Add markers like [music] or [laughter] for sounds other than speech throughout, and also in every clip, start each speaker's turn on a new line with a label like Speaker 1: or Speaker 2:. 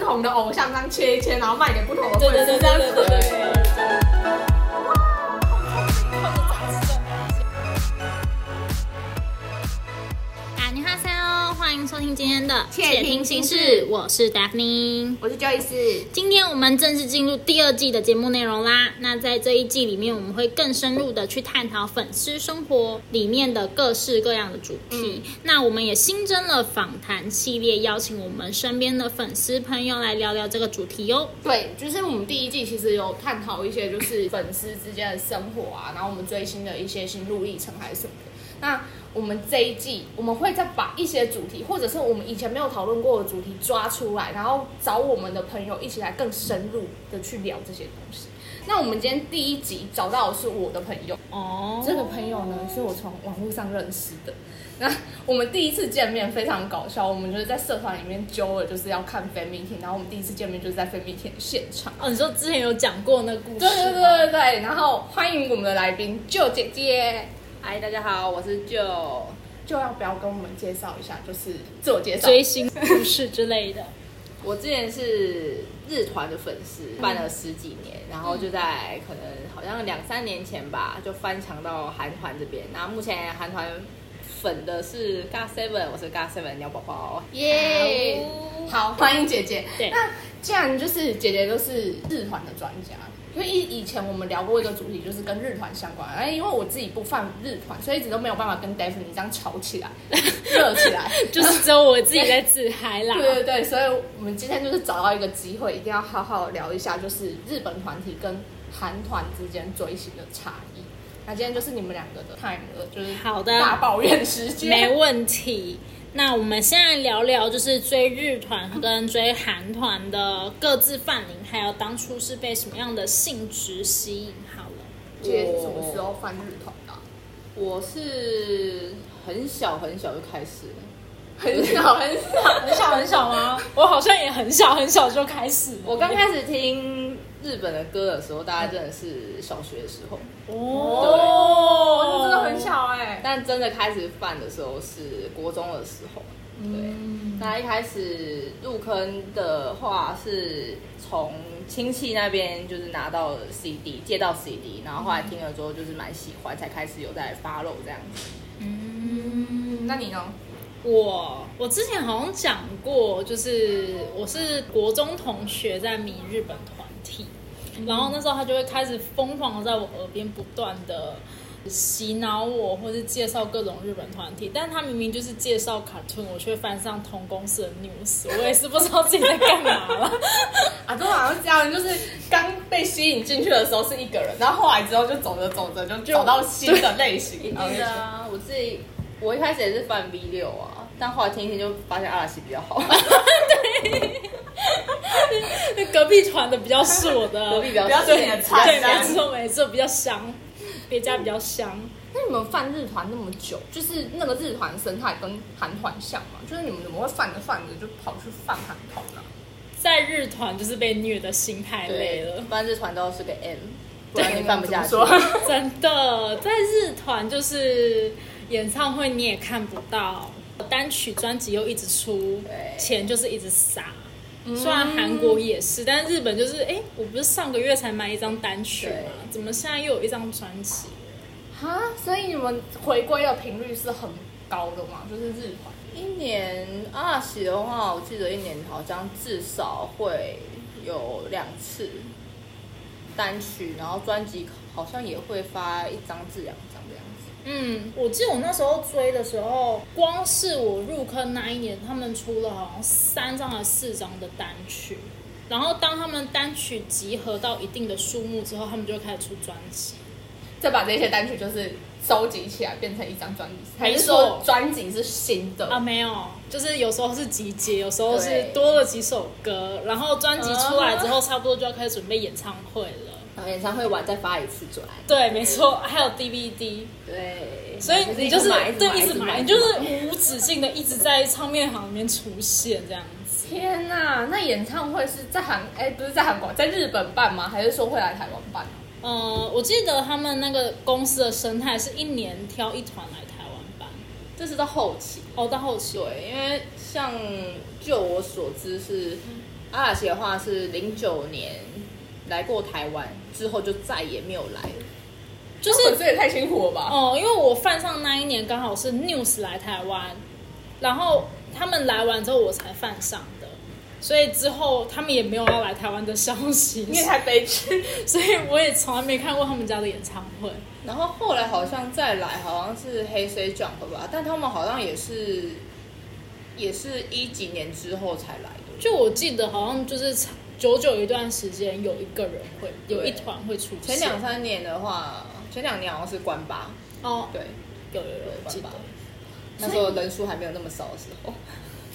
Speaker 1: 同的偶像这样切一切，然后卖给不同的
Speaker 2: 对
Speaker 1: 粉
Speaker 2: 对对
Speaker 1: 丝，这样
Speaker 2: 对对对
Speaker 1: 子。
Speaker 2: 对。
Speaker 3: 啊，你好，C 欢迎收听今天的《
Speaker 1: 窃听心事
Speaker 3: 我是 Daphne。
Speaker 1: 我是 Joyce，
Speaker 3: 今天我们正式进入第二季的节目内容啦。那在这一季里面，我们会更深入的去探讨粉丝生活里面的各式各样的主题。那我们也新增了访谈系列，邀请我们身边的粉丝朋友来聊聊这个主题哦。
Speaker 2: 对，就是我们第一季其实有探讨一些就是粉丝之间的生活啊，然后我们追星的一些心路历程还是什么的。那我们这一季我们会再把一些主题，或者是我们以前没有讨论过的主题抓出来，然后找我们的朋友一起来更深入的去聊这些东西。那我们今天第一集找到的是我的朋友，
Speaker 3: 哦
Speaker 2: 这个朋友呢，是我从网络上认识的。那我们第一次见面非常搞笑，我们就是在社团里面揪了，就是要看 fan meeting，然后我们第一次见面就是在 fan meeting 的现场。
Speaker 3: 哦，你说之前有讲过那个故事，
Speaker 2: 对对对，对对，然后欢迎我们的来宾舅姐姐，
Speaker 4: 嗨，大家好，我是舅。
Speaker 2: 就要不要跟我们介绍一下，就是自我介绍？
Speaker 3: 追星故事之类的。
Speaker 4: 我之前是日团的粉丝，办了十几年，然后就在可能好像两三年前吧，就翻墙到韩团这边。那目前韩团粉的是 GA Seven，我是 GA Seven 鸟宝宝。
Speaker 2: 嗯
Speaker 4: [laughs]
Speaker 2: 耶、好，欢迎姐姐。
Speaker 3: 对
Speaker 2: 那既然就是姐姐就是日团的专家，因为以以前我们聊过一个主题，就是跟日团相关。哎，因为我自己不放日团，所以一直都没有办法跟 d a v i d 这样吵起
Speaker 3: [laughs]
Speaker 2: 来、热起来。
Speaker 3: 就是只有我自己在自嗨啦。
Speaker 2: 对对对，所以我们今天就是找到一个机会，一定要好好聊一下，就是日本团体跟韩团之间追星的差异。那今天就是你们两个的 time 了，就是
Speaker 3: 好的
Speaker 2: 大抱怨时间。
Speaker 3: 没问题。那我们现在聊聊，就是追日团跟追韩团的各自范围，还有当初是被什么样的性质吸引好了。
Speaker 2: 姐是什么时候放日团的啊、
Speaker 4: 我是很小很小就开始了，
Speaker 2: [laughs] 很小很小，
Speaker 3: 很小很小吗？我好像也很小很小就开始了。
Speaker 4: 我刚开始听日本的歌的时候，大概真的是小学的时候。
Speaker 3: 哦，
Speaker 2: 那真的很。小哎、
Speaker 4: 但真的开始犯的时候是国中的时候，
Speaker 2: 嗯
Speaker 4: 对。那一开始入坑的话是从亲戚那边就是拿到 CD，借到 CD，然后后来听了之后就是蛮喜欢，才开始有在 follow 这样子。
Speaker 2: 嗯那你呢？
Speaker 3: 我我之前好像讲过，就是我是国中同学在迷日本团体，然后那时候他就会开始疯狂的在我耳边不断的洗脑我，或是介绍各种日本团体，但他明明就是介绍 cartoon，我却翻上同公司的 news，我也是不知道自己在干嘛了。
Speaker 2: 啊，都好像是这样，就是刚被吸引进去的时候是一个人，然后后来之后就走着走着就找到新的类型。然后就
Speaker 4: 啊，我自己我一开始也是犯 V 六啊，但后来听一听就发现阿拉西比较
Speaker 2: [laughs]
Speaker 4: 好，
Speaker 2: 哦
Speaker 3: 那 [laughs] 隔壁团的比较是我
Speaker 4: [laughs] [laughs]
Speaker 3: 的，
Speaker 4: 隔壁比较
Speaker 2: 不要
Speaker 4: 顺
Speaker 2: 是你的菜
Speaker 3: 对，
Speaker 2: 这样
Speaker 3: 没错没错，比较香，别家比较香。
Speaker 2: 那你们犯日团那么久，就是那个日团生态跟韩团像吗？就是你们怎么会犯着犯着就跑去犯韩团啊呢、
Speaker 3: 在日团就是被虐的心太
Speaker 2: [laughs]
Speaker 3: 累了。
Speaker 4: 不然这团都是个 M，不然你犯不下去
Speaker 2: 怎。么说
Speaker 3: [laughs] 真的，在日团就是演唱会你也看不到，单曲专辑又一直出，
Speaker 4: 对
Speaker 3: 钱就是一直撒。虽然韩国也是，但日本就是，哎、我不是上个月才买一张单曲吗？
Speaker 4: 对
Speaker 3: 怎么现在又有一张专辑？
Speaker 2: 哈，所以你们回归的频率是很高的嘛？就是日团。
Speaker 4: 一年二喜的话，我记得一年好像至少会有两次单曲，然后专辑好像也会发一张至两张这样子。
Speaker 3: 嗯，我记得我那时候追的时候，光是我入坑那一年，他们出了好像三张还是四张的单曲，然后当他们单曲集合到一定的数目之后，他们就会开始出专辑。
Speaker 2: 再把这些单曲就是收集起来，变成一张专辑，还
Speaker 3: 没错
Speaker 2: 是说专辑是新的？
Speaker 3: 啊，没有，就是有时候是集结，有时候是
Speaker 4: 对
Speaker 3: 多了几首歌，然后专辑出来之后，差不多就要开始准备演唱会 [laughs] 了。
Speaker 4: 然后演唱会完再发一次转，
Speaker 3: 对，没错，还有 DVD，
Speaker 4: 对，
Speaker 3: 所以你就是
Speaker 4: 买
Speaker 3: 对一直买，你就是无止境的一直在唱片行里面出现这样子。
Speaker 2: 天呐、那演唱会是在韩哎、不是在韩国，在日本办吗？还是说会来台湾办？
Speaker 3: 呃，我记得他们那个公司的生态是一年挑一团来台湾办，
Speaker 4: 这是到后期。
Speaker 3: 哦，到后期
Speaker 4: 对，因为像就我所知是阿拉西的话是零九年来过台湾之后就再也没有来了。
Speaker 3: 就是
Speaker 2: 这也太辛苦了吧？
Speaker 3: 哦，因为我犯上那一年刚好是 News 来台湾，然后他们来完之后我才犯上的，所以之后他们也没有要来台湾的消息，
Speaker 2: 你也太悲剧。
Speaker 3: [laughs] 所以我也从来没看过他们家的演唱会。
Speaker 4: 然后后来好像再来好像是黑 C Jump 吧，但他们好像也是也是一几年之后才来的。
Speaker 3: 就我记得好像就是久久一段时间有一个人会有一团会出现，
Speaker 4: 前两三年的话，前两年好像是关八，
Speaker 3: 哦，
Speaker 4: 对，
Speaker 3: 有有有我记得
Speaker 4: 关八，那时候人数还没有那么少的时候。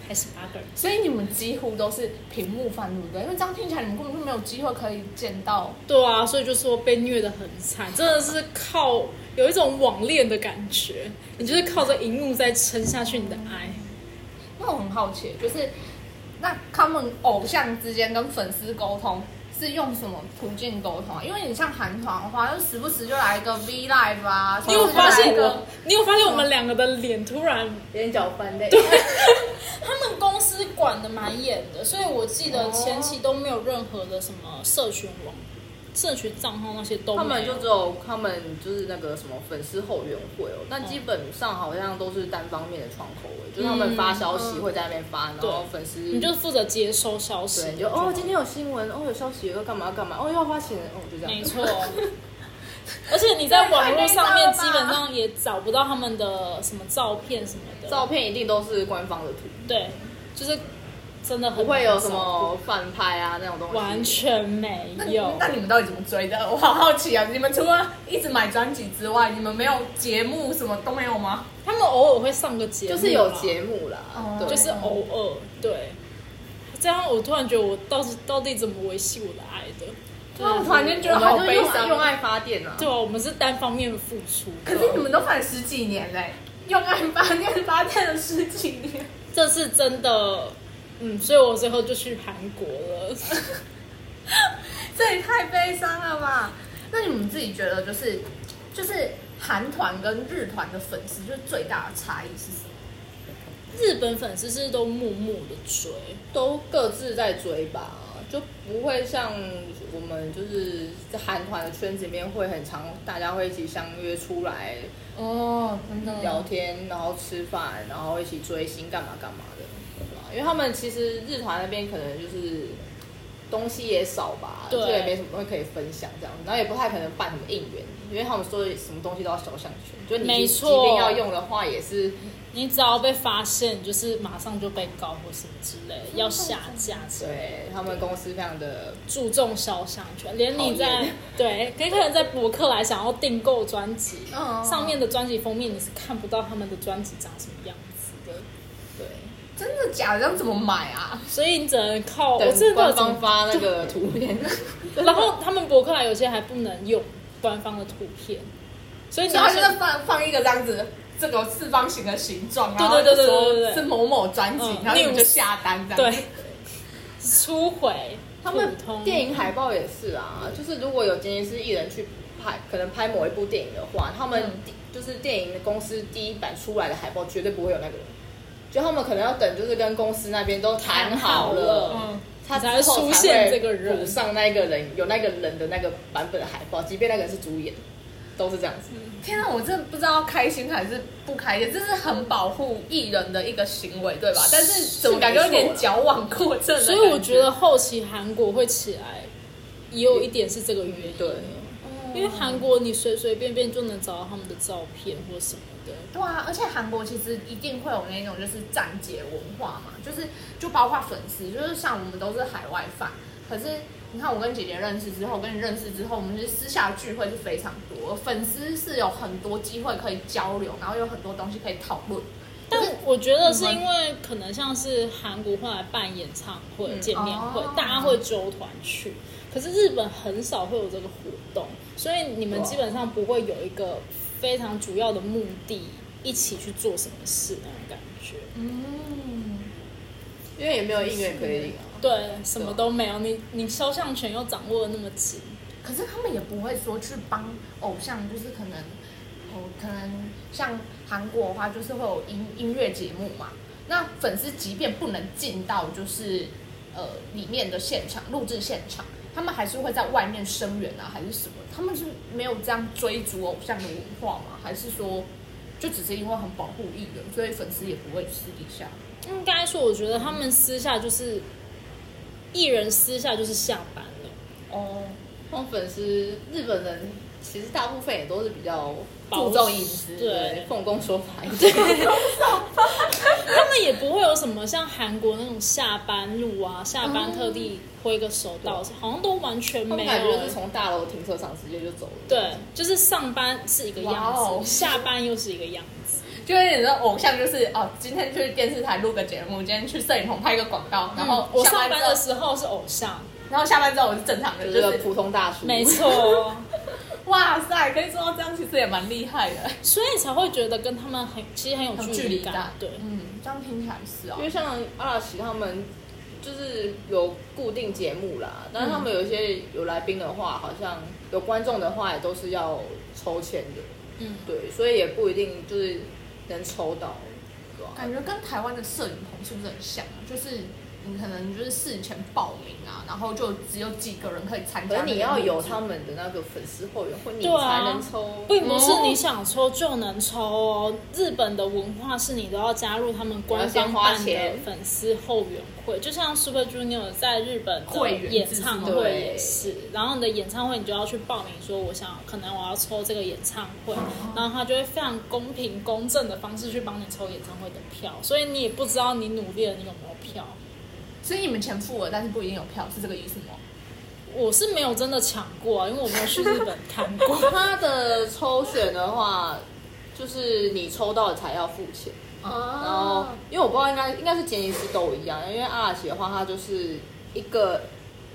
Speaker 3: 还是八个人。
Speaker 2: [laughs] 所以你们几乎都是屏幕饭，对不对？因为这样听起来你们根本就没有机会可以见到。
Speaker 3: 对啊，所以就说被虐的很惨，真的是靠有一种网恋的感觉，你就是靠着荧幕在撑下去你的爱。
Speaker 2: 那我很好奇，就是那他们偶像之间跟粉丝沟通是用什么途径沟通啊？因为你像韩团的话，就时不时就来一个 V Live 啊，
Speaker 3: 你有发现
Speaker 2: 时不时就来一个
Speaker 3: 我？你有发现我们两个的脸突然？
Speaker 4: 眼角翻 [laughs] 泪。
Speaker 3: 他们公司管的蛮严的，所以我记
Speaker 4: 哦
Speaker 3: 得前期都没有任何的什么社群网、社群账号那些都没有。
Speaker 4: 他们就只有他们就是那个什么粉丝后援会哦，嗯但基本上好像都是单方面的窗口味，就是他们发消息会在那边发，然后
Speaker 3: 对
Speaker 4: 粉丝
Speaker 3: 你就是负责接收消息，
Speaker 4: 对你就哦今天有新闻哦有消息要干嘛干嘛哦又要花钱哦就这样，[laughs]
Speaker 3: 没错。而且你在网络上面基本上也找不到他们的什么照片什么的，
Speaker 4: 照片一定都是官方的图，
Speaker 3: 对，就是真的很
Speaker 4: 不会有
Speaker 3: 难
Speaker 4: 什
Speaker 3: 找，
Speaker 4: 么饭拍啊那种东西，
Speaker 3: 完全没
Speaker 2: 那
Speaker 3: 有。
Speaker 2: 那你们到底怎么追的？我好好奇啊！你们除了一直买专辑之外，你们没有节目什么都没有吗？
Speaker 3: 他们偶尔会上个节
Speaker 4: 就
Speaker 3: 目啦，
Speaker 4: 是有节目啦，
Speaker 2: 哦
Speaker 4: 对，
Speaker 3: 就是偶尔对。这样我突然觉得我到底到底怎么维系我的爱的？
Speaker 2: 那啊我突然间觉
Speaker 4: 我
Speaker 2: 得好
Speaker 4: 们就
Speaker 2: 悲
Speaker 4: 用
Speaker 2: 伤
Speaker 4: 用。爱发电啊，
Speaker 3: 对啊，我们是单方面的付出，
Speaker 2: 可是你们都反十几年嘞、 [laughs] 用爱发电发电了十几年，
Speaker 3: 这是真的。嗯，所以我最后就去韩
Speaker 2: [laughs]
Speaker 3: 国了。
Speaker 2: 这也太悲伤了吧？那你们自己觉得就是就是韩团跟日团的粉丝就是最大的差异是什么？
Speaker 3: 日本粉丝是都默默的追，
Speaker 4: 都各自在追吧，就不会像我们就是在韩团的圈子里面会很常大家会一起相约出来
Speaker 2: 哦，真的
Speaker 4: 聊天，然后吃饭，然后一起追星干嘛干嘛的，对吧？因为他们其实日团那边可能就是东西也少吧，
Speaker 3: 对
Speaker 4: 所以也没什么东西可以分享这样，然后也不太可能办什么应援，因为他们说什么东西都要小项圈，就你
Speaker 3: 没
Speaker 4: 即
Speaker 3: 错
Speaker 4: 便要用的话也是
Speaker 3: 你只要被发现，就是马上就被告或什么之类的，要下架之类的。
Speaker 4: 对他们公司非常的
Speaker 3: 注重肖像权，连你
Speaker 4: 讨
Speaker 3: 在
Speaker 4: 厌
Speaker 3: 对，可以可能在博客来想要订购专辑，
Speaker 2: 嗯
Speaker 3: 上面的专辑封面你是看不到他们的专辑长什么样子的，
Speaker 4: 对，
Speaker 2: 真的假的？这样怎么买 [laughs] 啊？
Speaker 3: 所以你只能靠我
Speaker 4: 等
Speaker 3: 真的不知道
Speaker 4: 官
Speaker 3: 怎
Speaker 4: 方
Speaker 3: 么
Speaker 4: 发那个图片。
Speaker 3: [laughs] 然后他们博客来有些还不能用官方的图片，所以你
Speaker 2: 然
Speaker 3: 要
Speaker 2: 后就
Speaker 3: 先
Speaker 2: 是放放一个这样子，这个四方形的形状，然后
Speaker 3: 对对对
Speaker 2: 就说
Speaker 3: 对对对
Speaker 2: 是某某专辑
Speaker 3: 嗯，
Speaker 2: 然后你们就
Speaker 3: news
Speaker 2: 下单这样。
Speaker 3: 对，初回
Speaker 4: 他们
Speaker 3: 普通
Speaker 4: 电影海报也是啊，就是如果有剪辑师艺人去拍，可能拍某一部电影的话，他们
Speaker 3: 嗯
Speaker 4: 第就是电影公司第一版出来的海报绝对不会有那个人，就他们可能要等，就是跟公司那边都谈好
Speaker 3: 谈好
Speaker 4: 了
Speaker 2: 嗯
Speaker 3: 了。
Speaker 4: 他
Speaker 3: 才会
Speaker 4: 之后
Speaker 3: 出
Speaker 4: 才
Speaker 3: 现
Speaker 4: 会
Speaker 3: 这个人
Speaker 4: 补上那个人有那个人的那个版本的海报，即便那个人是主演，都是这样子。
Speaker 3: 嗯
Speaker 2: 天啊，我真的不知道开心还是不开心，这是很保护艺人的一个行为，对吧？但是怎么感觉有点矫枉过正的
Speaker 3: 所以我
Speaker 2: 感
Speaker 3: 觉得后期韩国会起来，也有一点是这个原因。
Speaker 4: 对，
Speaker 3: 因为韩国你随随便便就能找到他们的照片或什么的。
Speaker 2: 对啊，而且韩国其实一定会有那种就是站姐文化嘛，就是就包括粉丝，就是像我们都是海外饭，可是你看我跟姐姐认识之后，跟你认识之后，我们是私下聚会是非常多，粉丝是有很多机会可以交流，然后有很多东西可以讨论。
Speaker 3: 但我觉得是因为可能像是韩国后来办演唱会、见面会，
Speaker 2: 哦
Speaker 3: 大家会揪团去，可是日本很少会有这个活动，所以你们
Speaker 4: 对啊
Speaker 3: 基本上不会有一个非常主要的目的一起去做什么事那种感觉。
Speaker 2: 嗯，
Speaker 4: 因为也没有应援可以领啊。
Speaker 3: 对，什么都没有，你你肖像权又掌握的那么紧，
Speaker 2: 可是他们也不会说去帮偶像，就是可能，哦，可能像韩国的话，就是会有音音乐节目嘛。那粉丝即便不能进到就是呃里面的现场录制现场，他们还是会在外面声援啊，还是什么？他们是没有这样追逐偶像的文化吗？还是说就只是因为很保护艺人，所以粉丝也不会私底下？
Speaker 3: 应该说，我觉得他们私下就是艺人私下就是下班了，
Speaker 2: 哦，
Speaker 4: 那种粉丝，日本人其实大部分也都是比较
Speaker 3: 保
Speaker 4: 注重隐私，
Speaker 3: 对
Speaker 4: 奉公守法一
Speaker 3: [laughs]
Speaker 4: 点。
Speaker 3: 他们也不会有什么像韩国那种下班路啊，下班特地挥个手到，好像都完全
Speaker 4: 他们
Speaker 3: 没有
Speaker 4: 感觉
Speaker 3: 欸。
Speaker 4: 就是从大楼停车场直接就走了。
Speaker 3: 对，就是上班是一个样
Speaker 2: 哇哦
Speaker 3: 子，下班又是一个样子。
Speaker 2: 就有点像偶像，就是哦，今天去电视台录个节目，今天去摄影棚拍个广告，然后
Speaker 3: 嗯我
Speaker 2: 下班
Speaker 3: 上班
Speaker 2: 之后
Speaker 3: 的时候是偶像，
Speaker 2: 然后下班之后我是正常的，
Speaker 4: 就
Speaker 2: 就是
Speaker 4: 个
Speaker 2: 是
Speaker 4: 普通大叔，
Speaker 3: 没错，
Speaker 2: 哇塞，可以做到这样，其实也蛮厉害的。
Speaker 3: 所以才会觉得跟他们很其实很有
Speaker 2: 有
Speaker 3: 距
Speaker 2: 距离
Speaker 3: 感。
Speaker 2: 感
Speaker 3: 对，
Speaker 2: 嗯，这样听起来是哦
Speaker 4: [laughs] 因。为像阿拉奇他们就是有固定节目啦，但是他们
Speaker 3: 嗯
Speaker 4: 有一些有来宾的话，好像有观众的话也都是要抽签的，
Speaker 3: 嗯，
Speaker 4: 对，所以也不一定就是能抽到，对吧？
Speaker 2: 感觉跟台湾的摄影棚是不是很像啊？就是你可能就是事前报名啊，然后就只有几个人可以参
Speaker 4: 可
Speaker 2: 加。
Speaker 4: 是你要有他们的那个粉丝后援会，你
Speaker 3: 对啊
Speaker 4: 才能抽。
Speaker 3: 并不
Speaker 2: 哦
Speaker 3: 是你想抽就能抽哦。日本的文化是你都要加入他们官方
Speaker 4: 你要先花
Speaker 3: 办的
Speaker 4: 钱
Speaker 3: 粉丝后援会，就像 Super Junior 在日本的
Speaker 2: 会员
Speaker 3: 演
Speaker 2: 制
Speaker 3: 唱
Speaker 2: 是
Speaker 4: 吗
Speaker 3: 会
Speaker 4: 对
Speaker 3: 也是，然后你的演唱会你就要去报名，说我想可能我要抽这个演唱会，
Speaker 2: 哦
Speaker 3: 然后他就会非常公平公正的方式去帮你抽演唱会的票，所以你也不知道你努力了你有没有票。
Speaker 2: 所以你们钱付了，但是不一定有票，是这个意思吗？
Speaker 3: 我是没有真的抢过啊，因为我没有去日本
Speaker 2: [laughs]
Speaker 3: 看过。
Speaker 4: 他的抽选的话，就是你抽到才要付钱。然后
Speaker 2: 哦，
Speaker 4: 因为我不知道应该应该是剪辑师都一样，因为阿拉奇的话，他就是一个，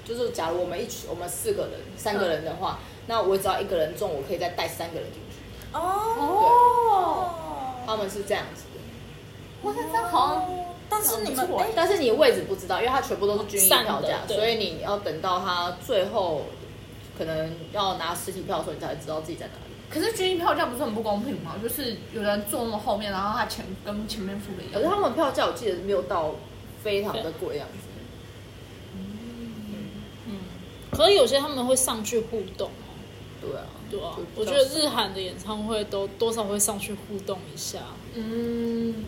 Speaker 4: 就是假如我们一群我们四个人三个人的话，
Speaker 3: 嗯
Speaker 4: 那我只要一个人中，我可以再带三个人进去。
Speaker 2: 哦，
Speaker 4: 他们是这样子的，
Speaker 2: 哇，那这样好像
Speaker 3: 但是你们
Speaker 2: 不错
Speaker 3: 哎
Speaker 2: 欸
Speaker 4: 但是你位置不知道，因为他全部都是均一票价
Speaker 3: 哦散，的对
Speaker 4: 所以你要等到他最后可能要拿实体票的时候，你才知道自己在哪里。
Speaker 2: 可是军医票价不是很不公平吗？就是有人坐那么后面，然后他前跟前面付的一
Speaker 3: 嗯
Speaker 4: 可
Speaker 2: 样
Speaker 4: 是。他们票价我记得是没有到非常的贵的样子。
Speaker 3: 可是有些他们会上去互动哦，
Speaker 4: 对啊，
Speaker 3: 对啊
Speaker 4: 就，
Speaker 3: 我觉得日韩的演唱会都多少会上去互动一下。
Speaker 2: 嗯，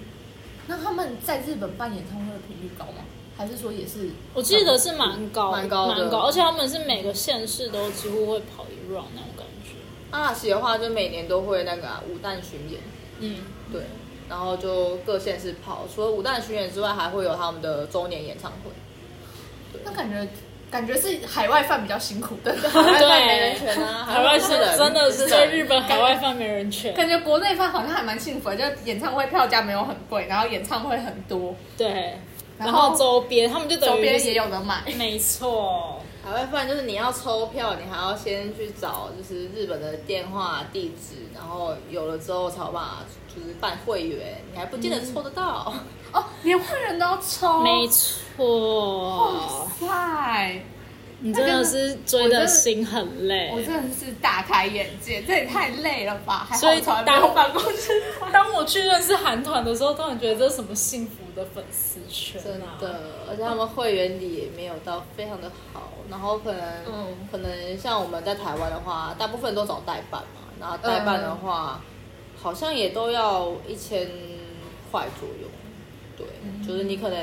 Speaker 2: 那他们在日本办演唱会的频率高吗？还是说也是？
Speaker 3: 我记得是蛮高，
Speaker 4: 蛮高的
Speaker 3: 而且他们是每个县市都几乎会跑一 round 那种感觉。
Speaker 4: 阿拉奇的话，就每年都会那个啊五弹巡演。
Speaker 3: 嗯，
Speaker 4: 对，然后就各县市跑，除了五弹巡演之外，还会有他们的周年演唱会。
Speaker 2: 那感觉感觉是海外饭比较辛苦 [laughs] 的，
Speaker 4: 海外没人
Speaker 3: 对，
Speaker 4: 权
Speaker 3: [laughs]
Speaker 4: 啊，
Speaker 3: 海外
Speaker 4: 是
Speaker 3: 是
Speaker 4: 人
Speaker 3: 真的是在日
Speaker 4: 本。
Speaker 3: 本海外饭没人权。
Speaker 2: 感觉国内饭好像还蛮幸福的，就演唱会票价没有很贵，然后演唱会很多，
Speaker 3: 对，然
Speaker 2: 然
Speaker 3: 后
Speaker 2: 后
Speaker 3: 周边他们就等于
Speaker 2: 周边
Speaker 3: 就是
Speaker 2: 也有人买。
Speaker 3: 没错，
Speaker 4: 海外饭就是你要抽票，你还要先去找就是日本的电话地址，然后有了之后才有办法就是办会员，你还不见得抽得到。
Speaker 2: 哦，连会员都要抽，
Speaker 3: 没错，
Speaker 2: 塞，
Speaker 3: 你真的是追的心很累。
Speaker 2: 我真的是大开眼界，这也太累了吧？还好
Speaker 3: 所以
Speaker 2: 我从来没有
Speaker 3: 当
Speaker 2: 办公室
Speaker 3: 当我去认识韩团的时候，突然觉得这是什么幸福的粉丝圈、啊，
Speaker 4: 真的，而且他们会员礼也没有到非常的好，然后可能、
Speaker 2: 嗯
Speaker 4: 可能像我们在台湾的话，大部分都找代办嘛，然后代办的话，好像也都要一千块左右，对，嗯就是你可能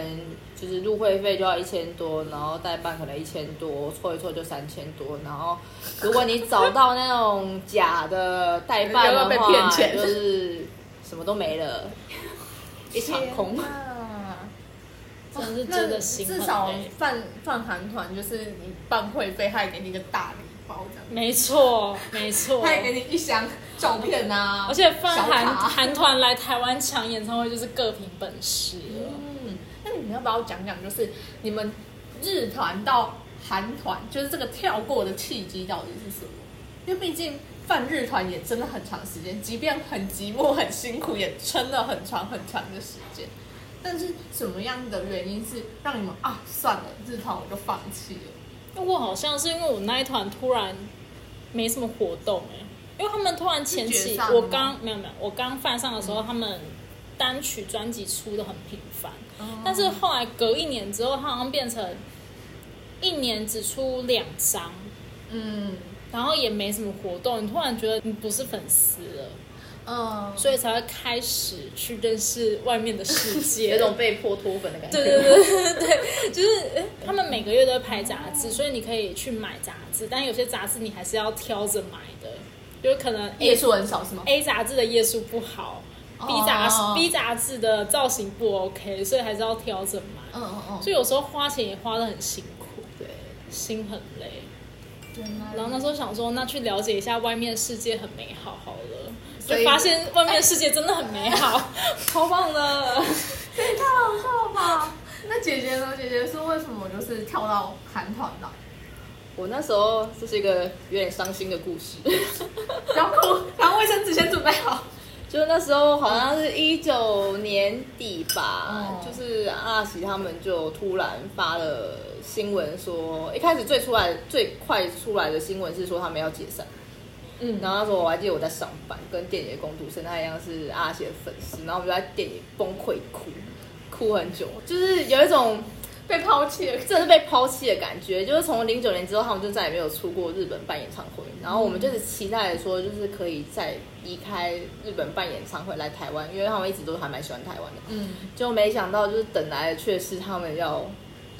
Speaker 4: 就是入会费就要一千多，然后代办可能一千多，凑一凑就三千多，然后如果你找到那种假的代 [laughs] 办的
Speaker 2: 又要被
Speaker 4: 话
Speaker 2: 骗，钱
Speaker 4: 就是什么都没 [laughs] 了，一场空。
Speaker 3: [laughs]
Speaker 2: 啊
Speaker 3: 真是真的心
Speaker 2: 至
Speaker 3: 很
Speaker 2: 少
Speaker 3: 累。
Speaker 2: 办办韩团就是你办会费，他也给你一个大礼包这样，
Speaker 3: 没错，没错
Speaker 2: 他。也给你一箱照片啊，
Speaker 3: 而且放
Speaker 2: 小
Speaker 3: 韩
Speaker 2: 卡
Speaker 3: 韩团来台湾抢演唱会就是各凭本事了。
Speaker 2: 嗯，那你们要不要讲讲，就是你们日团到韩团，就是这个跳过的契机到底是什么？因为毕竟泛日团也真的很长时间，即便很寂寞、很辛苦，也撑了很长很长的时间。但是什么样的原因是让你们啊算了，日团我就放弃了？
Speaker 3: 那我好像是因为我那一团突然没什么活动哎、因为他们突然前
Speaker 2: 是
Speaker 3: 期
Speaker 2: 解散了
Speaker 3: 我
Speaker 2: 吗
Speaker 3: 刚没有没有，我刚犯上的时候，他们单曲专辑出的很频繁，
Speaker 2: 哦
Speaker 3: 但是后来隔一年之后，他好像变成一年只出两张，
Speaker 4: 嗯，
Speaker 3: 然后也没什么活动，你突然觉得你不是粉丝了，
Speaker 2: 嗯，
Speaker 3: 所以才会开始去认识外面的世界，
Speaker 4: [laughs] 有一种被迫脱粉的感觉。
Speaker 3: 对对对对对，就是诶他们每个月都会拍杂志，所以你可以去买杂志，但有些杂志你还是要挑着买的，有可能 A
Speaker 2: 页数很少是吗？
Speaker 3: A 杂志的页数不好，B 杂、B 杂志的造型不 OK，所以还是要挑着买。
Speaker 2: 嗯嗯嗯，
Speaker 3: 所以有时候花钱也花的很辛苦，
Speaker 4: 对
Speaker 3: 心很累。然
Speaker 2: 嗯
Speaker 3: 后那时候想说，那去了解一下外面世界很美好好了，
Speaker 1: 所以
Speaker 3: 就发现外面世界真的很美好，超棒的。
Speaker 1: 这也太好笑了吧？那姐姐呢？姐姐是为什么就是跳到韩团来？
Speaker 4: [laughs] 我那时候这是一个有点伤心的故事， [laughs]
Speaker 1: 不要哭，然后卫生纸先准备好。
Speaker 4: 就是那时候好像是一九年底吧
Speaker 1: 哦，
Speaker 4: 就是阿喜他们就突然发了新闻说，一开始最出来最快出来的新闻是说他们要解散。
Speaker 3: 嗯，
Speaker 4: 然后那时候我还记得我在上班，跟电野公主生她一样是阿喜的粉丝，然后我们就在店里崩溃哭，哭很久，就是有一种
Speaker 1: [laughs] 被抛弃了，
Speaker 4: 真的是被抛弃的感觉。就是从零九年之后，他们就再也没有出过日本办演唱会，然后我们就是期待着说，就是可以再离开日本办演唱会来台湾，因为他们一直都还蛮喜欢台湾的。
Speaker 1: 嗯，
Speaker 4: 就没想到就是等来的却是他们要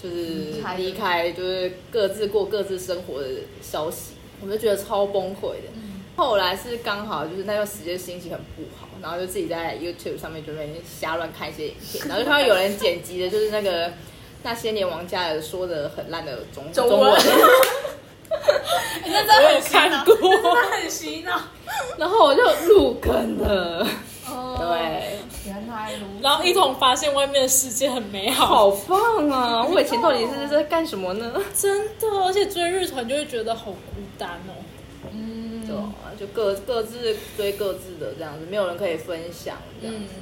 Speaker 4: 就是
Speaker 1: 开
Speaker 4: 离开，就是各自过各自生活的消息，我们就觉得超崩溃的。
Speaker 1: 嗯
Speaker 4: 后来是刚好就是那段时间心情很不好，然后就自己在 YouTube 上面就在那边瞎乱看一些影
Speaker 1: [laughs]
Speaker 4: 片，然后就看到有人剪辑的，就是那个那些年王嘉尔说的很烂的中
Speaker 1: 中文
Speaker 4: 文，哎
Speaker 3: [laughs] 那
Speaker 4: 啊
Speaker 3: 真的有看过。
Speaker 1: 他很洗脑。
Speaker 4: [laughs] 然后我就入坑了，
Speaker 1: [laughs] 哦，
Speaker 4: 对，
Speaker 1: 对，原来如此。
Speaker 3: 然后一同发现外面的世界很美
Speaker 4: 好
Speaker 3: 好，
Speaker 4: 棒啊！我以前到底是在干什么呢？
Speaker 3: 真的，而且追日团就会觉得好孤单哦。
Speaker 1: 嗯
Speaker 4: 对啊、就各各自追各自的这样子，没有人可以分享这样
Speaker 3: 嗯
Speaker 4: 子，，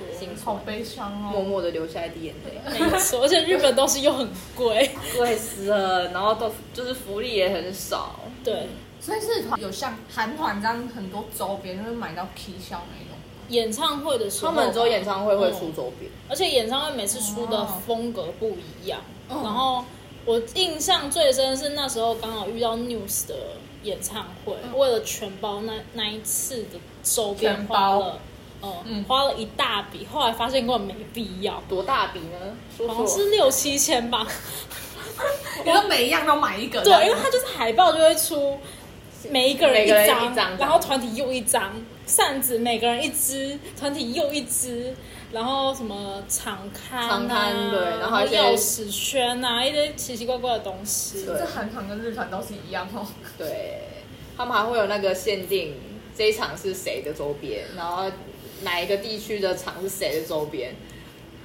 Speaker 3: 没错，
Speaker 4: 心
Speaker 1: 好
Speaker 4: 酸，
Speaker 1: 悲伤
Speaker 4: 默
Speaker 1: 哦。
Speaker 4: 默的流下一滴眼 [laughs] 泪，
Speaker 3: 没错，而且日本东西又很贵，
Speaker 4: 贵死了，然后都就是福利也很少，
Speaker 3: 对，
Speaker 1: 所以是团有像韩团这样很多周边，就是买到 K 销那种。
Speaker 3: 演唱会的时候
Speaker 4: 他
Speaker 3: 吧，
Speaker 4: 们只有演唱会会出周边，
Speaker 3: 而且演唱会每次出的风格不一样。
Speaker 1: 哦
Speaker 3: 然后我印象最深是那时候刚好遇到 News 的演唱会，
Speaker 1: 嗯
Speaker 3: 为了全包那那一次的周边
Speaker 1: 全
Speaker 3: 花
Speaker 1: 包
Speaker 3: 了，呃、
Speaker 1: 嗯
Speaker 3: 花了一大笔，后来发现根本没必要，
Speaker 4: 多大笔呢？说
Speaker 3: 好像
Speaker 4: 说
Speaker 3: 是六七千吧。
Speaker 1: 我们每一样都买一个。
Speaker 3: 对，因为它就是海报就会出每一个人
Speaker 4: 每个人
Speaker 3: 张，
Speaker 4: 一张
Speaker 3: 然后团体又一张，扇子每个人一支，团体又一支，然后什么场刊、啊、
Speaker 4: 场刊对然
Speaker 3: 然
Speaker 4: 后
Speaker 3: 后
Speaker 4: 一些
Speaker 3: 钥匙圈啊，一些奇奇怪怪的东西。
Speaker 4: 对
Speaker 1: 这韩团跟日团都是一样哦。
Speaker 4: 对，他们还会有那个限定，这一场是谁的周边，然后哪一个地区的场是谁的周边，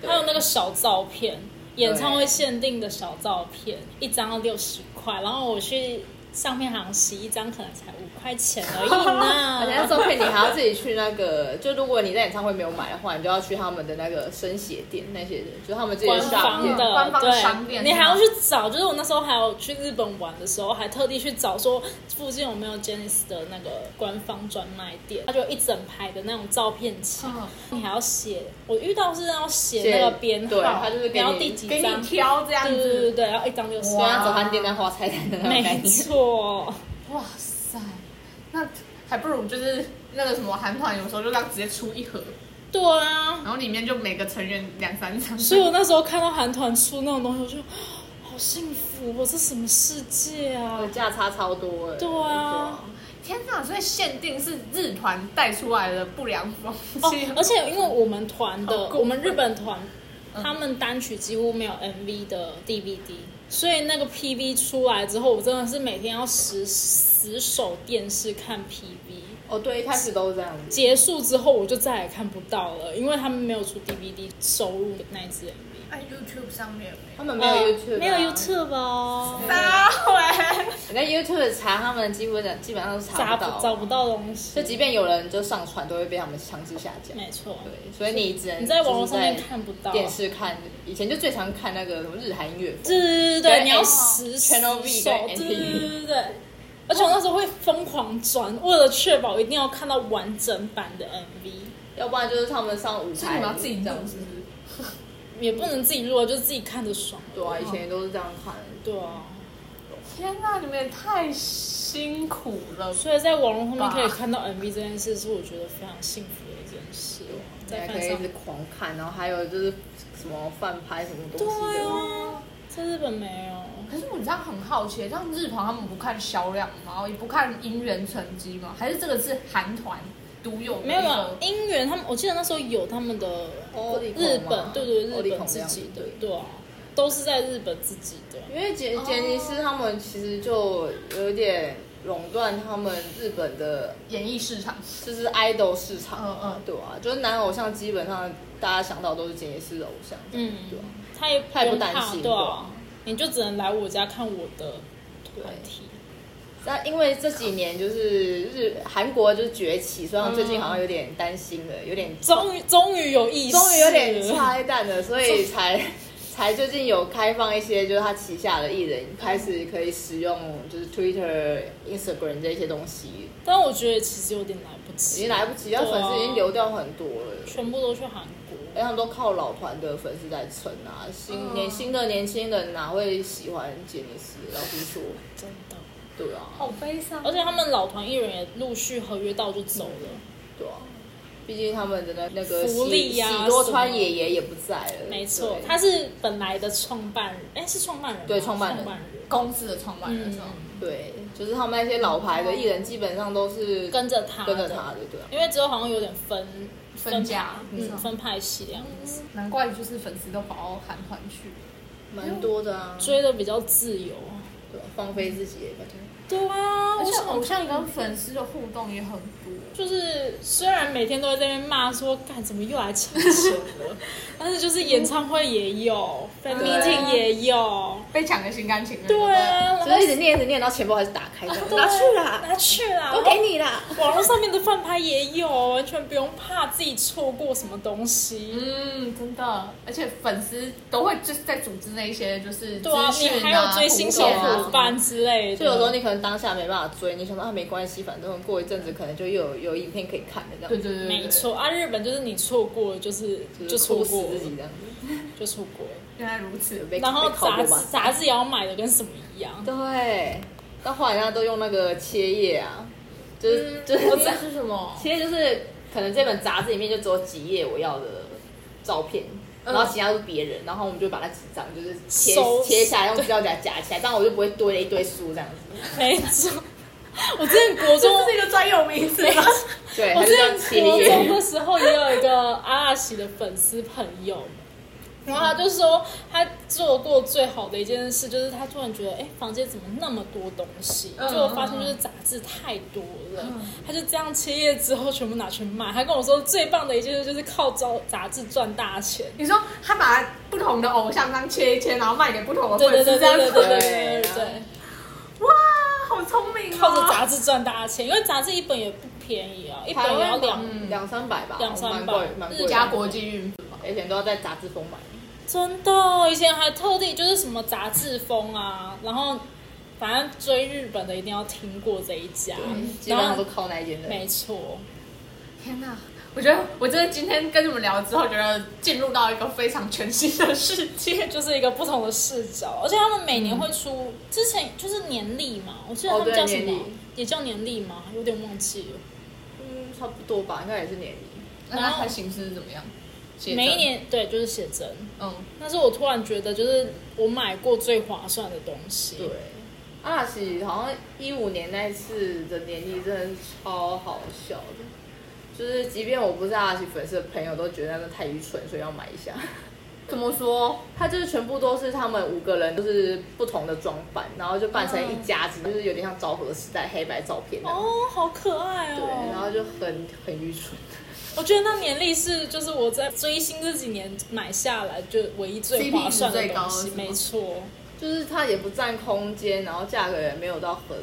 Speaker 4: 对
Speaker 3: 还有那个小照片，演唱会限定的小照片，一张要六十块，然后我去上面好像十一张，可能才五块钱
Speaker 4: [laughs]
Speaker 3: 而 [laughs] 已
Speaker 4: 而且那
Speaker 3: 呢。
Speaker 4: 照片你还要自己去那个，就如果你在演唱会没有买的话，你就要去他们的那个生写店那些，就是他们自己
Speaker 3: 官
Speaker 4: 的商
Speaker 3: 方
Speaker 4: 店
Speaker 3: 的，。
Speaker 1: 官方商店
Speaker 3: 对，你还要去找。就是我那时候还有去日本玩的时候，还特地去找说附近有没有 j e n n i c e 的那个官方专卖店，它就有一整排的那种照片墙，
Speaker 1: 嗯
Speaker 3: 你还要写。我遇到是要写那个编号，
Speaker 4: 对，他就是给
Speaker 3: 然后
Speaker 4: 你
Speaker 3: 第几
Speaker 1: 给
Speaker 3: 张
Speaker 1: 你，挑这样
Speaker 3: 对对对对
Speaker 1: 子。
Speaker 3: 对，然后一张六十
Speaker 4: 就
Speaker 1: 哇
Speaker 4: 像早餐店在画菜单的那种概
Speaker 3: 没
Speaker 4: 念。
Speaker 3: 错，
Speaker 1: 哇塞，那还不如就是那个什么韩团，有时候就让直接出一盒，
Speaker 3: 对啊。
Speaker 1: 然后里面就每个成员两三张。
Speaker 3: 所以我那时候看到韩团出那种东西，我就哦好幸福，我这什么世界啊
Speaker 4: 对！价差超多哎，
Speaker 3: 对啊
Speaker 1: 天哪！所以限定是日团带出来的不良风
Speaker 3: 哦
Speaker 1: 气，， [laughs]
Speaker 3: 而且因为我们团
Speaker 1: 好
Speaker 3: 的，
Speaker 1: 过分
Speaker 3: 我们日本团，他们单曲几乎没有 MV 的 DVD，所以那个 PV 出来之后，我真的是每天要死死守电视看 PV。
Speaker 4: 对啊，哦对，一开始都是这样子，
Speaker 3: 结束之后，我就再也看不到了，因为他们没有出 DVD 收入那一支 MV。
Speaker 1: 在 YouTube 上面有没
Speaker 4: 他们没有 YouTube，、啊
Speaker 3: 没有 YouTube 哦，
Speaker 1: 有啊喂，
Speaker 4: 你在 YouTube 查他们，基本上基本上都是查
Speaker 3: 找
Speaker 4: 不到，
Speaker 3: 不找不。到东西。
Speaker 4: 就即便有人就上传，都会被他们强制下架。
Speaker 3: 没错，
Speaker 4: 对，所以你只能
Speaker 3: 你在网络上面
Speaker 4: 就是在
Speaker 3: 看不到。
Speaker 4: 电视看，以前就最常看那个什么日韩音乐风。
Speaker 3: 对对
Speaker 4: 对
Speaker 3: 对对，你要实
Speaker 4: Channel
Speaker 3: 手
Speaker 4: V 跟 NTV
Speaker 3: 对对对对。而且我那时候会疯狂转，为了确保一定要看到完整版的 MV。嗯
Speaker 4: 要不然就是他们上舞
Speaker 1: 所以你
Speaker 4: 台，
Speaker 1: 们要自己
Speaker 4: 这
Speaker 1: 弄
Speaker 4: 样
Speaker 1: 是不是？
Speaker 3: 也不能自己录啊，就是自己看着爽。
Speaker 4: 对啊，以前都是这样看。
Speaker 3: 对啊，
Speaker 1: 天哪，你们也太辛苦了。
Speaker 3: 所以在网络上面
Speaker 1: 吧
Speaker 3: 可以看到 MV 这件事，是我觉得非常幸福的一件事哦。
Speaker 4: 你
Speaker 3: 在
Speaker 4: 还
Speaker 3: 饭
Speaker 4: 可以一
Speaker 3: 上
Speaker 4: 直，狂看，然后还有就是什么饭拍什么东西
Speaker 3: 对
Speaker 4: 的，
Speaker 3: 啊，在日本没有，
Speaker 1: 可是我这样很好奇，像日团他们不看销量吗？然后也不看音源成绩吗？还是这个是韩团独有的
Speaker 3: 没
Speaker 1: 一
Speaker 3: 有没
Speaker 1: 个
Speaker 3: 有音源，他们我记得那时候有他们的
Speaker 4: 欧力孔
Speaker 3: 日
Speaker 4: 嘛
Speaker 3: 本，对对，
Speaker 4: 欧
Speaker 3: 日
Speaker 4: 力孔
Speaker 3: 本自己的
Speaker 4: 这样，
Speaker 3: 对啊，都是在日本自己的。
Speaker 4: 因为杰杰尼斯他们其实就有点垄断他们日本的，
Speaker 1: 演艺市场？
Speaker 4: 就是 idol 市场嘛，
Speaker 1: 嗯嗯
Speaker 4: 对啊，就是男偶像基本上大家想到都是杰尼斯的偶像，
Speaker 3: 嗯
Speaker 4: 对啊，
Speaker 3: 他也
Speaker 4: 他也不
Speaker 3: 用怕
Speaker 4: 担心
Speaker 3: 对
Speaker 4: 对
Speaker 3: 啊
Speaker 4: 啊，
Speaker 3: 你就只能来我家看我的
Speaker 4: 对
Speaker 3: 团体。
Speaker 4: 那因为这几年就是日韩国就是崛起，所以他们最近好像有点担心了，
Speaker 3: 嗯
Speaker 4: 有点
Speaker 3: 终于终于有意识了，
Speaker 4: 终于有点拆弹了，所以才才最近有开放一些，就是他旗下的艺人开始可以使用就是 Twitter、Instagram 这些东西，
Speaker 3: 但我觉得其实有点来不
Speaker 4: 已
Speaker 3: 及，
Speaker 4: 经来不及，
Speaker 3: 对啊
Speaker 4: 要粉丝已经流掉很多了。
Speaker 3: 全部都去韩国。
Speaker 4: 哎，他们都靠老团的粉丝在撑啊，新
Speaker 3: 嗯
Speaker 4: 年新的年轻人哪会喜欢杰尼斯？老实说，
Speaker 3: 真的，
Speaker 4: 对啊，
Speaker 1: 好悲伤
Speaker 3: 而且他们老团艺人也陆续合约到就走了，
Speaker 4: 对啊，毕竟他们的那那个
Speaker 3: 福利
Speaker 4: 喜
Speaker 3: 呀
Speaker 4: 喜多川
Speaker 3: 什么
Speaker 4: 爷爷也不在了，
Speaker 3: 没错
Speaker 4: 对，
Speaker 3: 他是本来的创办人，哎，是创办人吗，
Speaker 4: 对创办人
Speaker 3: 创办
Speaker 1: 公司的创办人是吗？
Speaker 3: 嗯
Speaker 4: 对，就是他们那些老牌
Speaker 3: 哦
Speaker 4: 的艺人基本上都是
Speaker 3: 跟着他，
Speaker 4: 跟着他的，对啊。
Speaker 3: 因为之后好像有点分
Speaker 1: 分家
Speaker 3: 派
Speaker 1: 嗯
Speaker 3: 嗯，分派系这样子，
Speaker 1: 难怪就是粉丝都跑到韩团去。
Speaker 4: 蛮多的啊，
Speaker 3: 追的比较自由。
Speaker 4: 对啊放飞自己也感觉。
Speaker 3: 对啊，
Speaker 1: 而且
Speaker 3: 我想
Speaker 1: 偶像跟粉丝的互动也很多，
Speaker 3: 就是虽然每天都会在那边骂说，干怎么又来抢球了，但是就是演唱会也有，fan
Speaker 4: 对啊
Speaker 3: meeting 也有，
Speaker 1: 被抢个心甘情愿。
Speaker 3: 对啊，
Speaker 4: 所以一
Speaker 3: 然
Speaker 4: 直念一直念，到钱包还是打开的，
Speaker 3: 后
Speaker 4: 拿去
Speaker 3: 对
Speaker 4: 啦，
Speaker 3: [laughs] 拿嗯去啦，
Speaker 4: 都给你啦。
Speaker 3: 网络上面的饭拍也有，完全不用怕自己错过什么东西。
Speaker 1: 嗯，真的，而且粉丝都会就是在组织那一些就是
Speaker 3: 对啊
Speaker 1: 资，
Speaker 3: 你
Speaker 1: 讯
Speaker 3: 还有追星小
Speaker 1: 互动啊
Speaker 3: 伙伴之类的，
Speaker 4: 就有时候你可能当下没办法追，你想到啊没关系，反正过一阵子可能就又有有影片可以看的这样，
Speaker 1: 对对对，对
Speaker 3: 没。错啊，日本就是你错过了就是
Speaker 4: 就
Speaker 3: 就是错
Speaker 4: 哭
Speaker 3: 过
Speaker 4: 死自
Speaker 3: 了
Speaker 4: 己这样子。
Speaker 3: 就错过了，
Speaker 1: 原来如此，
Speaker 4: 被
Speaker 3: 然后
Speaker 4: 被考
Speaker 3: 杂
Speaker 4: 过
Speaker 3: 志
Speaker 4: 吧
Speaker 3: 杂志也要买的跟什么一样，
Speaker 4: 对，到后来大家都用那个切页啊，
Speaker 3: 嗯
Speaker 4: 就是、就是
Speaker 1: 我这是什么？
Speaker 4: [laughs] 其实就是可能这本杂志里面就只有几页我要的照片，
Speaker 1: 嗯
Speaker 4: 然后其他都是别人，然后我们就把那几张就是切
Speaker 3: 收
Speaker 4: 切下来，用胶夹夹起来，这样我就不会堆了一堆书这样
Speaker 3: [laughs]
Speaker 4: 子。
Speaker 3: 没错。我之前国中，
Speaker 1: 这是一个专有名词吗？
Speaker 4: 对，
Speaker 3: 我
Speaker 4: 它
Speaker 3: 之
Speaker 4: 就叫
Speaker 3: 前国
Speaker 4: 切
Speaker 3: 中
Speaker 4: 页。 [laughs]
Speaker 3: 的时候也有一个阿拉西的粉丝朋友，然后他就说他做过最好的一件事，就是他突然觉得，哎，房间怎么那么多东西？
Speaker 1: 嗯
Speaker 3: 结果发现就是杂志太多了，他就这样切页之后全部拿去卖。他跟我说最棒的一件事就是靠招杂志赚大钱。
Speaker 1: 你说他把不同的偶像这样切一切，然后卖给不同的粉
Speaker 3: 对对
Speaker 1: 丝，
Speaker 3: 对
Speaker 1: 这样
Speaker 3: 对对
Speaker 1: 子，
Speaker 3: 对对对对
Speaker 4: 对啊
Speaker 3: 对，
Speaker 1: 哇，好聪明
Speaker 3: 靠着
Speaker 1: 哦！
Speaker 3: 杂志赚大钱，因为杂志一本也不便宜啊，一本
Speaker 4: 台
Speaker 3: 也要
Speaker 4: 湾嗯
Speaker 3: 两
Speaker 4: 两两三百吧，
Speaker 3: 两三百
Speaker 4: 蛮贵，蛮贵的。
Speaker 1: 日加国际运，
Speaker 4: 以前都要在杂志封买，
Speaker 3: 真的，以前还特地就是什么杂志风啊，然后反正追日本的一定要听过这一家，
Speaker 4: 基本
Speaker 3: 然
Speaker 4: 上
Speaker 3: 后
Speaker 4: 都靠那一间的。
Speaker 3: 没错，
Speaker 1: 天哪！我觉得我真的今天跟你们聊之后，觉得进入到一个非常全新的世界。
Speaker 3: 就是一个不同的视角，而且他们每年会出，之前就是年历嘛，我记得他
Speaker 4: 哦对
Speaker 3: 们叫什么，
Speaker 4: 年历
Speaker 3: 也叫年历嘛，有点忘记了。
Speaker 4: 嗯，差不多吧，应该也是年底。
Speaker 1: 那它形式是怎么样？写真
Speaker 3: 每一，年对，就是写真。
Speaker 1: 嗯，
Speaker 3: 但是我突然觉得，就是我买过最划算的东西。
Speaker 4: 对，阿拉西好像一五年那一次的年历真的是超好笑的，就是即便我不是阿拉西粉丝的朋友，都觉得那个太愚蠢，所以要买一下。 [laughs]
Speaker 1: 怎么说？
Speaker 4: 它就是全部都是他们五个人，就是不同的装扮，然后就扮成一家子，就是有点像昭和时代黑白照片那样。
Speaker 3: 嗯哦，好可爱
Speaker 4: 对，然
Speaker 3: 哦！
Speaker 4: 后就很很愚蠢。
Speaker 3: 我觉得那年历是就是我在追星这几年买下来就唯一最
Speaker 1: CP
Speaker 3: 划算的
Speaker 1: 值最高
Speaker 3: 东西，
Speaker 1: 是吗
Speaker 3: 没错，
Speaker 4: 就是它也不占空间，然后价格也没有到很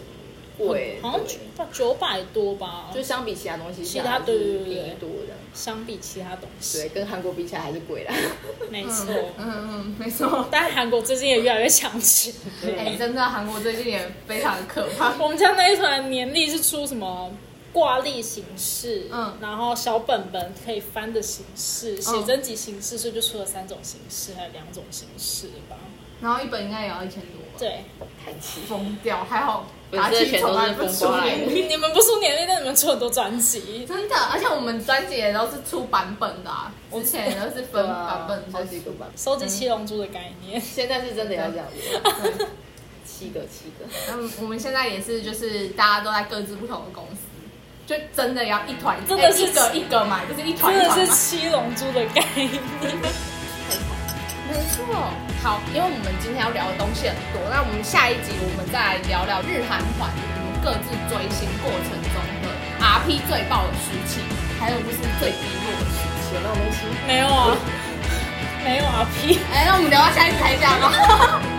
Speaker 4: 贵，
Speaker 3: 好像
Speaker 4: 对
Speaker 3: 九九百多吧，
Speaker 4: 就相比其他东西下来，
Speaker 3: 其他对对对对
Speaker 4: 便宜多这样。
Speaker 3: 相比其他东
Speaker 4: 对，
Speaker 3: 西，
Speaker 4: 跟韩国比起来还是贵啦。
Speaker 3: 没 [laughs] 错。
Speaker 1: 嗯嗯，没错。
Speaker 3: 但韩国最近也越来越抢钱，
Speaker 4: 哎
Speaker 1: 哎、真的，韩国最近也非常可怕。
Speaker 3: 我们家那一团年历是出什么？挂历形式，
Speaker 2: 嗯
Speaker 3: 然后小本本可以翻的形式，写真集形式，所以就出了三种形式，还有两种形式吧。
Speaker 2: 然后一本应该也要一千多吧，
Speaker 3: 对，
Speaker 4: 太气。
Speaker 2: 疯掉，还好
Speaker 4: 粉
Speaker 2: 达
Speaker 4: 丝的
Speaker 2: 气
Speaker 4: 钱都
Speaker 2: 从
Speaker 4: 是
Speaker 2: 来不
Speaker 4: 疯
Speaker 2: 出
Speaker 4: 刮来
Speaker 2: 年
Speaker 4: 的
Speaker 2: 历，
Speaker 3: 你们不出年历，但你们出很多专辑。
Speaker 2: 真的，而且我们专辑也都是出版本的啊，之前也都是
Speaker 4: [laughs]
Speaker 2: 分版本
Speaker 4: 好
Speaker 2: 的，
Speaker 4: 几个版本，
Speaker 3: 收集七龙珠的概念，
Speaker 4: 现在是真的要这样子，
Speaker 2: 对
Speaker 4: [laughs] 七个七个。
Speaker 2: 嗯，我们现在也是，就是大家都在各自不同的公司，就真的要一团，
Speaker 3: 真的是
Speaker 2: 哎一个一个买，就是一团
Speaker 3: 真
Speaker 2: 一
Speaker 3: 的
Speaker 2: 团
Speaker 3: 是
Speaker 2: 买。
Speaker 3: 七龙珠的概念。
Speaker 2: 没错。好，因为我们今天要聊的东西很多，那我们下一集我们再来聊聊日韩团我们各自追星过程中的 RP 最爆的时期，还有就是最低落的时期。
Speaker 4: 有那种东西？
Speaker 3: 没有啊，没有啊，P。
Speaker 2: 哎，那我们聊到下一集才讲吧。